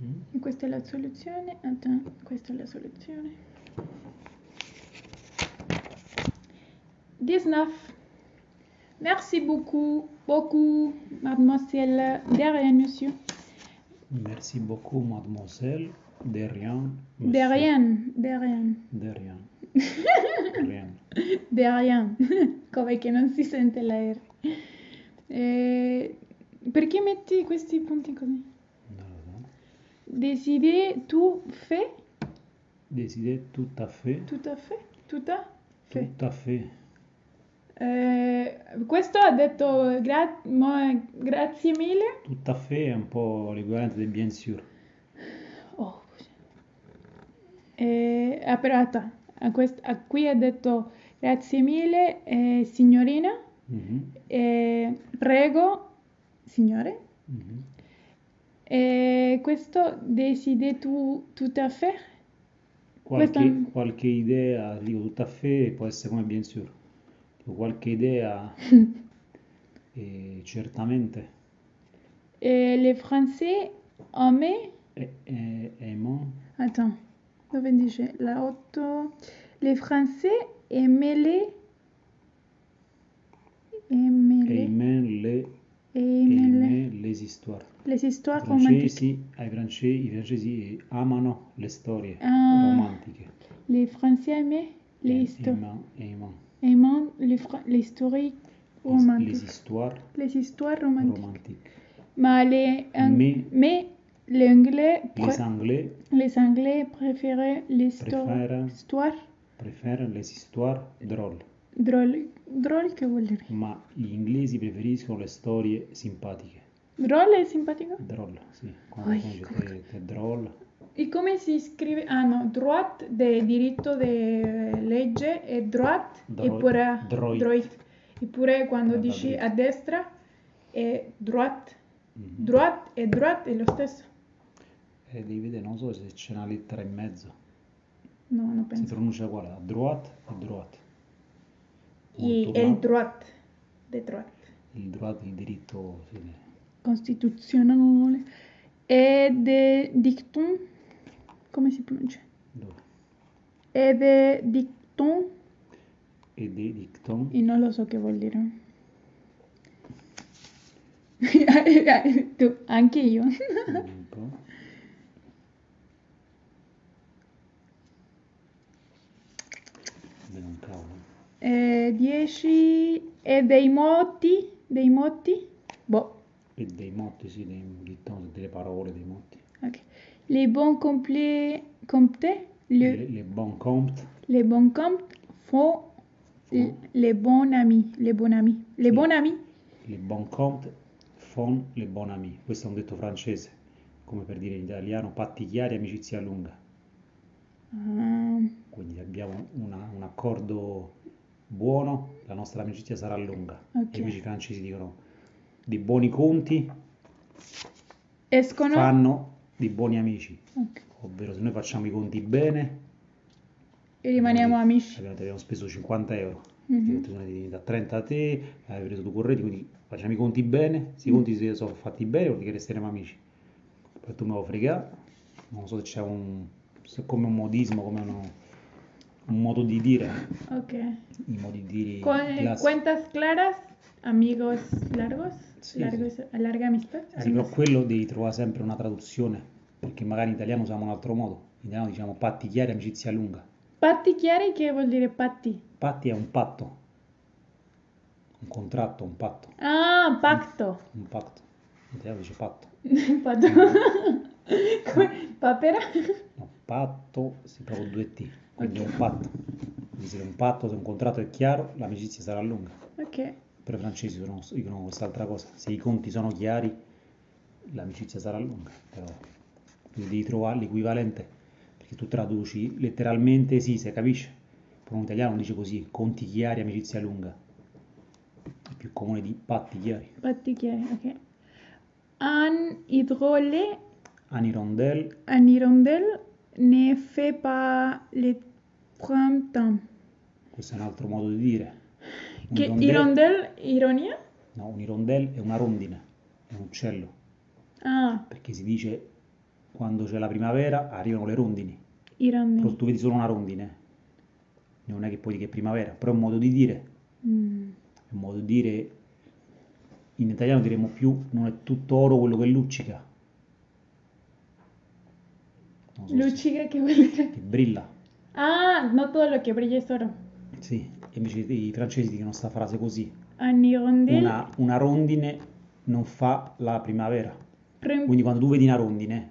Speaker 1: Mhm.
Speaker 2: E Questa è la soluzione. Attends, questa è la soluzione. 19. Merci beaucoup, beaucoup, mademoiselle. Derrière, monsieur.
Speaker 1: Merci beaucoup, mademoiselle. De rien. monsieur.
Speaker 2: Derrière, derrière,
Speaker 1: De rien. Rien.
Speaker 2: derrière. Come che non si sente la R. Eh, perché metti questi punti così?
Speaker 1: Non lo so.
Speaker 2: Décider tout fait,
Speaker 1: Décidez tout à fait.
Speaker 2: tout à fait, tout à fait.
Speaker 1: Tout à fait.
Speaker 2: Eh, questo ha detto gra- mo- grazie mille.
Speaker 1: Tout à fait è un po' l'equivalente di bien sûr.
Speaker 2: Oh, scusa. Eh, ah, però aspetta, a, quest- a qui ha detto grazie mille, eh, signorina,
Speaker 1: Mhm,
Speaker 2: eh, prego, signore.
Speaker 1: mhm.
Speaker 2: Eh, questo decide tu tutto a fare?
Speaker 1: Qualche,
Speaker 2: Questo-
Speaker 1: qualche idea, dico tout à fait, può essere come bien sûr. Tipo, qualche idea, eh, certamente.
Speaker 2: Eh, le francesi a me...
Speaker 1: E, e, aimant,
Speaker 2: Attends, dove dice? La 8. Les Français aimaient les... Aimaient les...
Speaker 1: aimant le,
Speaker 2: Aimaient les...
Speaker 1: aimait les histoire.
Speaker 2: Les histoires romantiques.
Speaker 1: Francesi, ai francesi, I francesi amano le storie
Speaker 2: Ah.
Speaker 1: romantiche.
Speaker 2: Les Français aimaient les
Speaker 1: E-
Speaker 2: histoires.
Speaker 1: aimant- aimant.
Speaker 2: Aimant les, Fra- les
Speaker 1: Les-
Speaker 2: stories
Speaker 1: Les
Speaker 2: romantiques.
Speaker 1: histoires
Speaker 2: Les histoires romantiques.
Speaker 1: romantiques.
Speaker 2: Mais les, Ang-
Speaker 1: Mais-
Speaker 2: mais les Anglais,
Speaker 1: Les
Speaker 2: pré-
Speaker 1: Anglais
Speaker 2: les Anglais préféraient les histoires
Speaker 1: Préfèrent.
Speaker 2: histoires
Speaker 1: preferono le histoires drôles,
Speaker 2: drôles. Drôle, que vuol dire?
Speaker 1: ma gli inglesi preferiscono le storie simpatiche.
Speaker 2: Drôle è simpatico?
Speaker 1: Drôle, sì.
Speaker 2: Oi,
Speaker 1: Come come dice
Speaker 2: come-
Speaker 1: te- te drôle.
Speaker 2: E come si scrive? Ah no, droit de diritto de legge e droit
Speaker 1: Droit,
Speaker 2: eppure
Speaker 1: droit.
Speaker 2: Eppure quando
Speaker 1: Ah,
Speaker 2: dici
Speaker 1: dritta.
Speaker 2: a destra è droit.
Speaker 1: Mhm.
Speaker 2: Droit e droit è lo stesso.
Speaker 1: E devi vedere, non so se c'è una lettera in mezzo.
Speaker 2: No, non
Speaker 1: Si
Speaker 2: penso.
Speaker 1: pronuncia uguale, a droite e droite.
Speaker 2: E
Speaker 1: Molto
Speaker 2: è il
Speaker 1: ma-
Speaker 2: droit. De droit.
Speaker 1: il droit il diritto sì, ne-
Speaker 2: Costituzionale. E de dictum. Come si pronuncia?
Speaker 1: dove?
Speaker 2: E de dictum.
Speaker 1: e dei dicton
Speaker 2: E non lo so che vuol dire. tu, anche io.
Speaker 1: un po'. Beh, non cavolo.
Speaker 2: Eh, 10 e dei moti, dei moti, boh,
Speaker 1: e dei motti sì dei dicton delle parole dei motti
Speaker 2: ok. Les bons complé, comptés, le-
Speaker 1: le, le bon compte
Speaker 2: les bons comptes font l- les bons amis, les bons amis, les
Speaker 1: Sì.
Speaker 2: bons amis,
Speaker 1: le bon compte font le bon ami questo è un detto francese come per dire in italiano patti chiari amicizia lunga
Speaker 2: Ah,
Speaker 1: quindi abbiamo una- un accordo buono, la nostra amicizia sarà lunga.
Speaker 2: Ok.
Speaker 1: E invece i francesi dicono di buoni conti
Speaker 2: escono,
Speaker 1: fanno di buoni amici,
Speaker 2: ok,
Speaker 1: ovvero se noi facciamo i conti bene,
Speaker 2: e rimaniamo
Speaker 1: abbiamo-
Speaker 2: amici.
Speaker 1: Cioè, Abbiamo, abbiamo speso 50 euro,
Speaker 2: Mhm.
Speaker 1: tu ne devi da 30 a te, hai preso tu corretti, quindi facciamo i conti bene, se i conti si sono fatti bene vuol dire che resteremo amici. Poi tu mi vuoi fregare, non so se c'è un, se è come un modismo, come uno- un modo di dire.
Speaker 2: Ok.
Speaker 1: i modi di dire
Speaker 2: Con-
Speaker 1: classici.
Speaker 2: eh, Cuentas claras, amigos largos,
Speaker 1: Sì,
Speaker 2: largos larga amistad.
Speaker 1: Sì, Eh, però
Speaker 2: amigos.
Speaker 1: quello devi trovare sempre una traduzione, perché magari in italiano usiamo un altro modo. In italiano diciamo patti chiari, amicizia lunga.
Speaker 2: Patti chiari che vuol dire patti?
Speaker 1: Patti è un patto, un contratto, un patto,
Speaker 2: Ah, pacto.
Speaker 1: un pacto. In italiano dice patto.
Speaker 2: Pato. Come- Papera?
Speaker 1: No, patto si proprio due T, quindi è un patto. Quindi se è un patto, se un contratto è chiaro, l'amicizia sarà lunga.
Speaker 2: Ok.
Speaker 1: Però i francesi sono- dicono quest'altra cosa, se i conti sono chiari l'amicizia sarà lunga, però quindi devi trovare l'equivalente, perché tu traduci letteralmente sì, se capisce, però un italiano non dice così, conti chiari, amicizia lunga, è più comune di patti chiari.
Speaker 2: Patti chiari, ok. Un idrole,
Speaker 1: Anirondel,
Speaker 2: un hirondelle ne fait pas le printemps.
Speaker 1: questo è un altro modo di dire. Un
Speaker 2: Che
Speaker 1: hirondelle-
Speaker 2: hirondelle, ironia?
Speaker 1: no, un hirondelle è una rondine, è un uccello,
Speaker 2: Ah,
Speaker 1: perché si dice quando c'è la primavera arrivano le rondini. Però
Speaker 2: hirondelle.
Speaker 1: tu vedi solo una rondine, non è che puoi dire che è primavera, però è un modo di dire,
Speaker 2: Mm.
Speaker 1: è un modo di dire, in italiano diremmo più, non è tutto oro quello che luccica, non so se-
Speaker 2: Lucigra che vuol dire?
Speaker 1: che brilla,
Speaker 2: Ah, no todo lo que brilla es oro.
Speaker 1: sì, e invece i francesi dicono sta frase così,
Speaker 2: Un hirondelle.
Speaker 1: una, una rondine non fa la primavera,
Speaker 2: prim-
Speaker 1: quindi quando tu vedi una rondine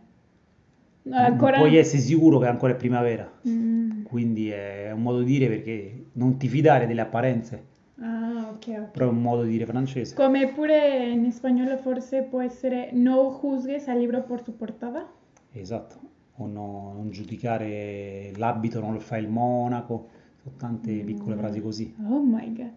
Speaker 2: no,
Speaker 1: non
Speaker 2: ancora-
Speaker 1: puoi essere sicuro che ancora è primavera,
Speaker 2: Mm.
Speaker 1: quindi è un modo di dire perché non ti fidare delle apparenze.
Speaker 2: Ah, ok, ok.
Speaker 1: però è un modo di dire francese.
Speaker 2: Come pure in spagnolo forse può essere no juzgues al libro por su portada.
Speaker 1: Esatto, o no- non giudicare l'abito, non lo fa il monaco, sono tante piccole frasi così.
Speaker 2: Oh my god.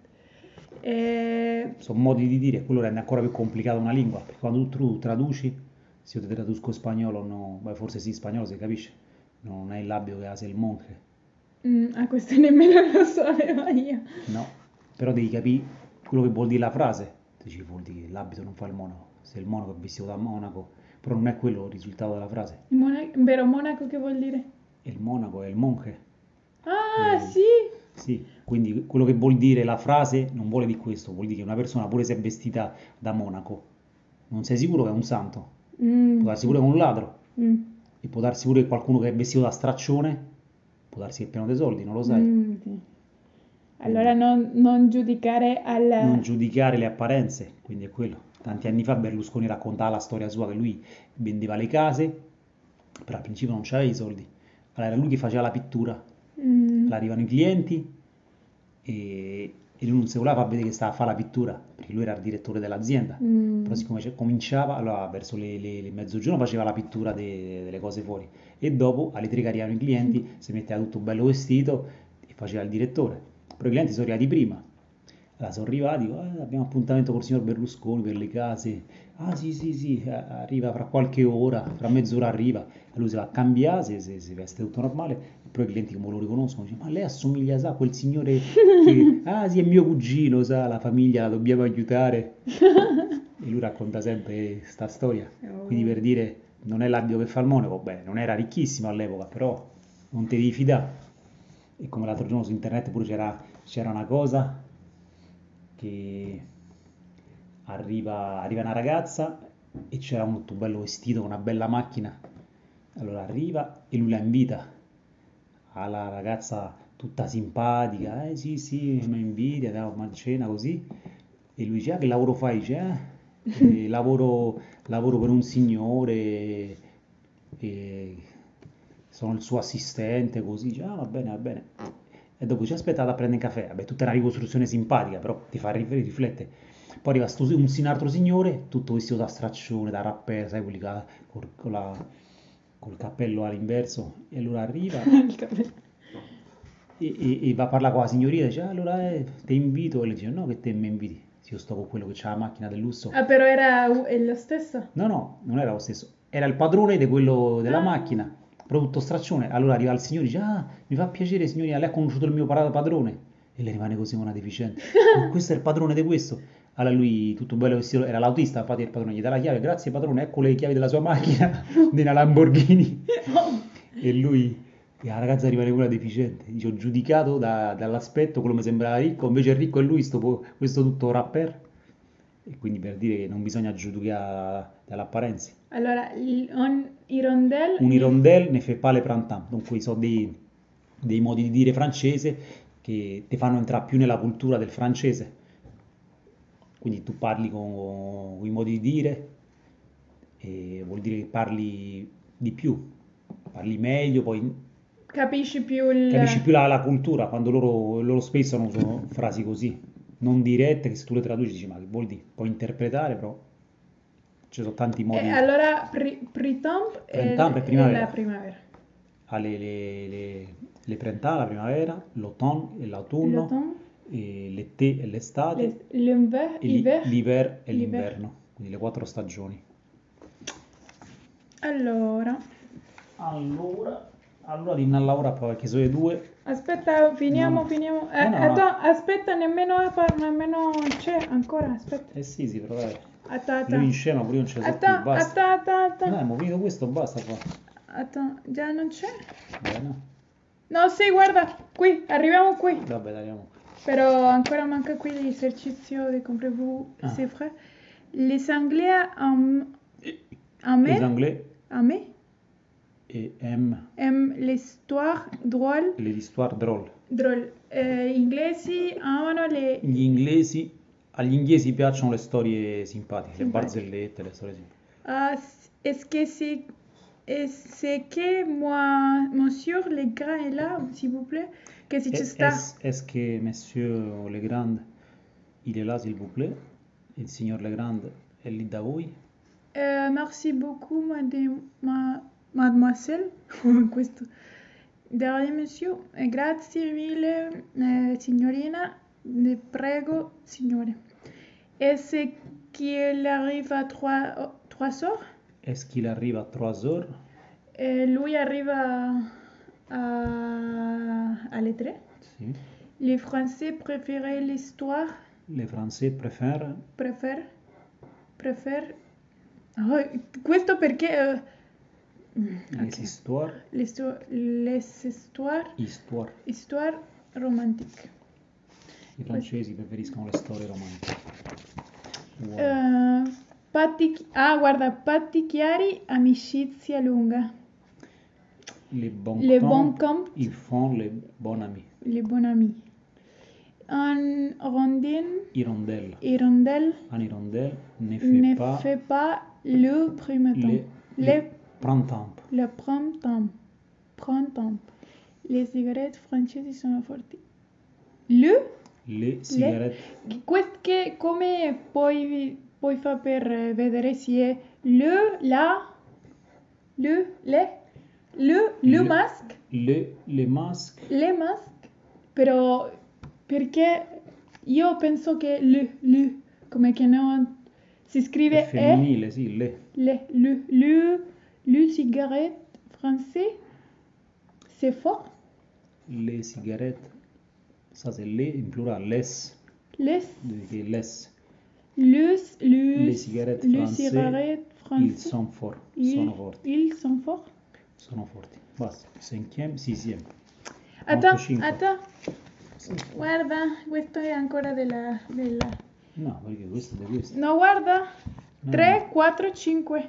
Speaker 2: Eh,
Speaker 1: Sono modi di dire, quello rende ancora più complicata una lingua, perché quando tu tru- traduci, se io ti traduco in spagnolo, no, beh, forse sì, in spagnolo si capisce, non è il labio che ha se il monche,
Speaker 2: mm, a questo nemmeno lo sapevo io.
Speaker 1: no, però devi capire quello che vuol dire la frase, Tu dici vuol dire che l'abito non fa il monaco, se il monaco è vestito da monaco, però non è quello il risultato della frase,
Speaker 2: Il mona- Vero monaco che vuol dire?
Speaker 1: e il monaco è il monche.
Speaker 2: Ah,
Speaker 1: Eh.
Speaker 2: sì!
Speaker 1: Sì, quindi quello che vuol dire la frase non vuole di questo, vuol dire che una persona pure se è vestita da monaco non sei sicuro che è un santo,
Speaker 3: Mm.
Speaker 1: può darsi pure che è un ladro,
Speaker 3: Mm.
Speaker 1: e può darsi pure che qualcuno che è vestito da straccione, può darsi che è pieno di soldi, non lo sai.
Speaker 3: Mm, sì.
Speaker 2: Allora non, non giudicare al...
Speaker 1: non giudicare le apparenze, quindi è quello. Tanti anni fa Berlusconi raccontava la storia sua che lui vendeva le case, però al principio non c'aveva i soldi. Allora era lui che faceva la pittura,
Speaker 2: Mm,
Speaker 1: Allora arrivano i clienti e, e lui non si voleva far vedere che stava a fare la pittura, perché lui era il direttore dell'azienda.
Speaker 3: Mm.
Speaker 1: Però siccome c'è- cominciava, allora verso le, le- le mezzogiorno faceva la pittura de- delle cose fuori e dopo alle tre che arrivavano i clienti si metteva tutto bello vestito e faceva il direttore. Però i clienti sono arrivati prima. Allora sono arrivati, "Eh, abbiamo appuntamento col signor Berlusconi per le case. Ah sì sì sì, eh, arriva fra qualche ora, fra mezz'ora arriva. E lui si va a cambiare, si, si- si veste tutto normale, e poi i clienti come lo riconoscono, dice, ma lei assomiglia, sa, a quel signore che, ah sì, è mio cugino, sa, la famiglia la dobbiamo aiutare. E lui racconta sempre sta storia.
Speaker 3: Oh.
Speaker 1: Quindi per dire, non è l'abbio che fa il monaco, beh, non era ricchissimo all'epoca, però non te devi fidare. E come l'altro giorno su internet pure c'era, c'era una cosa che arriva, arriva una ragazza e c'era un tutto bello vestito con una bella macchina. Allora arriva e lui la invita. Alla ragazza tutta simpatica, eh sì sì, mi inviti, andiamo a cena così. E lui dice, ah, che lavoro fai? Dice, "Eh, eh, lavoro, lavoro per un signore, e sono il suo assistente, così. Dice, ah, va bene, va bene. E dopo ci aspettata a prendere un caffè. Vabbè, tutta una ricostruzione simpatica, però ti fa rif- riflettere. Poi arriva sto, un, un altro signore, tutto vestito da straccione, da rapper, sai, quelli che ha- col, con la- col cappello all'inverso. E allora arriva...
Speaker 3: Il capello.
Speaker 1: E, e- e va a parlare con la signorina, dice, "Ah, allora eh, ti invito, e lei dice, no che te mi inviti, Sì, io sto con quello che c'ha la macchina del lusso.
Speaker 2: Ah, però era u- è lo stesso?
Speaker 1: No, no, non era lo stesso, era il padrone di quello della
Speaker 2: Ah.
Speaker 1: macchina, prodotto straccione. Allora arriva il signore e dice, ah, mi fa piacere signorina, lei ha conosciuto il mio parato padrone. E lei rimane così una deficiente. "Ma questo è il padrone di questo. Allora lui, tutto bello vestito, era l'autista, infatti il padrone gli dà la chiave, grazie padrone, ecco le chiavi della sua macchina, di una Lamborghini. E lui, e la ragazza rimane quella deficiente. Dice, ho giudicato da- dall'aspetto, quello mi sembrava ricco, invece il ricco è lui, sto po- questo tutto rapper. E quindi per dire che non bisogna giudicare dall'apparenza.
Speaker 2: Allora, il- on- i rondel...
Speaker 1: Un hirondelle ne fait pas le printemps. Dunque sono dei, dei modi di dire francese che ti fanno entrare più nella cultura del francese. Quindi tu parli con, i modi di dire e vuol dire che parli di più, parli meglio, poi
Speaker 2: Capisci più il...
Speaker 1: Capisci più la, la cultura quando loro, loro spesso non usano frasi così, non dirette, che se tu le traduci dici ma che vuol dire? Puoi interpretare, però ci sono tanti modi.
Speaker 2: E Eh, allora, pri- pritemp è,
Speaker 1: Pritemp è
Speaker 2: è
Speaker 1: primavera.
Speaker 2: la primavera.
Speaker 1: Ha Ah, le, le, le, le printemps, la primavera, l'autunno e l'autunno,
Speaker 2: L'automne,
Speaker 1: e l'ete e l'estate,
Speaker 2: l'es- l'hiver,
Speaker 1: e l'i-
Speaker 2: hiver.
Speaker 1: l'iver e
Speaker 2: L'hiver.
Speaker 1: l'inverno, quindi le quattro stagioni.
Speaker 2: Allora,
Speaker 1: Allora, allora di una Laura poi, che sono le due,
Speaker 2: aspetta, finiamo,
Speaker 1: No.
Speaker 2: finiamo.
Speaker 1: No,
Speaker 2: Eh,
Speaker 1: no,
Speaker 2: atta- aspetta, nemmeno, par- nemmeno c'è ancora, aspetta.
Speaker 1: eh sì sì, però dai,
Speaker 2: Attata.
Speaker 1: lui in scema pure io non ce la so più,
Speaker 2: Attata,
Speaker 1: basta. Ah.
Speaker 2: attata, attata.
Speaker 1: Dai, mo finito questo, basta qua.
Speaker 2: Atta- già non c'è?
Speaker 1: Beh, no.
Speaker 2: No, sì, guarda, qui, arriviamo qui.
Speaker 1: Vabbè, dai, andiamo.
Speaker 2: Però ancora manca qui l'esercizio di comprez-vous,
Speaker 1: Ah.
Speaker 2: c'est vrai. Les anglais am-
Speaker 1: Eh, Les
Speaker 2: aimaient,
Speaker 1: Anglais
Speaker 2: aimaient,
Speaker 1: et aiment
Speaker 2: aiment l'histoire drôle,
Speaker 1: les histoires drôles.
Speaker 2: drôle. Eh, gli inglesi amano ah, le...
Speaker 1: Gli inglesi, agli inglesi piacciono le storie simpatiche, le
Speaker 2: Simpatiche.
Speaker 1: barzellette, le storie simpatiche.
Speaker 2: Ah, est-ce que c'est... Est-ce que moi, monsieur, le gars est là, s'il vous plaît? Che si ci
Speaker 1: Est-
Speaker 2: sta?
Speaker 1: est- Est-ce que Monsieur Legrand, il est là, s'il vous plaît? Il signor Legrand è lì da voi?
Speaker 2: Eh, merci beaucoup, madame, ma- mademoiselle. Questo. Grazie, monsieur. Eh, grazie mille, eh, signorina. Ne prego, signore. Est-ce qu'il arrive à 3, heures?
Speaker 1: Est-ce qu'il arrive à 3 heures?
Speaker 2: Eh, lui arriva a, alle 3.
Speaker 1: Sì.
Speaker 2: Les Français préfèrent l'histoire,
Speaker 1: Les Français préfèrent.
Speaker 2: préfèrent, préfèrent. Oh, questo perché... eh,
Speaker 1: Les histoires,
Speaker 2: L'histo- Les histoires,
Speaker 1: histoire.
Speaker 2: histoire romantique.
Speaker 1: I francesi preferiscono le storie romantiche. Wow.
Speaker 2: Eh, Patti, ah, guarda, Patti Chiari, amicizia lunga.
Speaker 1: Les bons
Speaker 2: Les
Speaker 1: temps,
Speaker 2: bons comptes.
Speaker 1: Ils font les bons amis.
Speaker 2: Les bons amis. Un rondin,
Speaker 1: Hirondelle.
Speaker 2: hirondelle,
Speaker 1: Un hirondelle ne fait
Speaker 2: ne
Speaker 1: pas
Speaker 2: fait pas le printemps.
Speaker 1: les,
Speaker 2: Le,
Speaker 1: les printemps.
Speaker 2: le printemps. Printemps. Les cigarettes francesi sono forti. Le?
Speaker 1: Les cigarettes.
Speaker 2: Quest- che- come puoi, puoi fare per eh, vedere se è le, la, le, le, le, le
Speaker 1: Le.
Speaker 2: mask,
Speaker 1: Le, le masque.
Speaker 2: le mask, però perché io penso che le, le, come che non si
Speaker 1: È
Speaker 2: scrive e,
Speaker 1: femminile, sì, le.
Speaker 2: le, le, le, le cigarette français, c'est fort,
Speaker 1: Les cigarettes. Ça, c'est les in plurale. Les.
Speaker 2: les,
Speaker 1: Devi dire les.
Speaker 2: le, le,
Speaker 1: Le cigarette
Speaker 2: le
Speaker 1: français,
Speaker 2: cigarette
Speaker 1: Ils
Speaker 2: français.
Speaker 1: sont forts.
Speaker 2: Ils-
Speaker 1: Sono forti.
Speaker 2: Ils sont forts.
Speaker 1: Sono forti. Basta. Cinquième, sixième.
Speaker 2: Attends,
Speaker 1: 95.
Speaker 2: attends,
Speaker 1: Sì.
Speaker 2: guarda, questo è ancora della... della...
Speaker 1: No, perché questo è di questo.
Speaker 2: No, guarda,
Speaker 1: No,
Speaker 2: 3, 4, 5.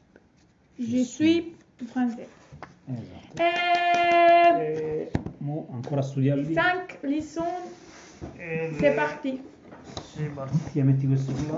Speaker 2: je suis français.
Speaker 1: Esatto.
Speaker 2: Eh,
Speaker 1: E mo ancora a studiare lì. eh.
Speaker 2: 5 leçons, c'est parti.
Speaker 1: Ti metti questo qua.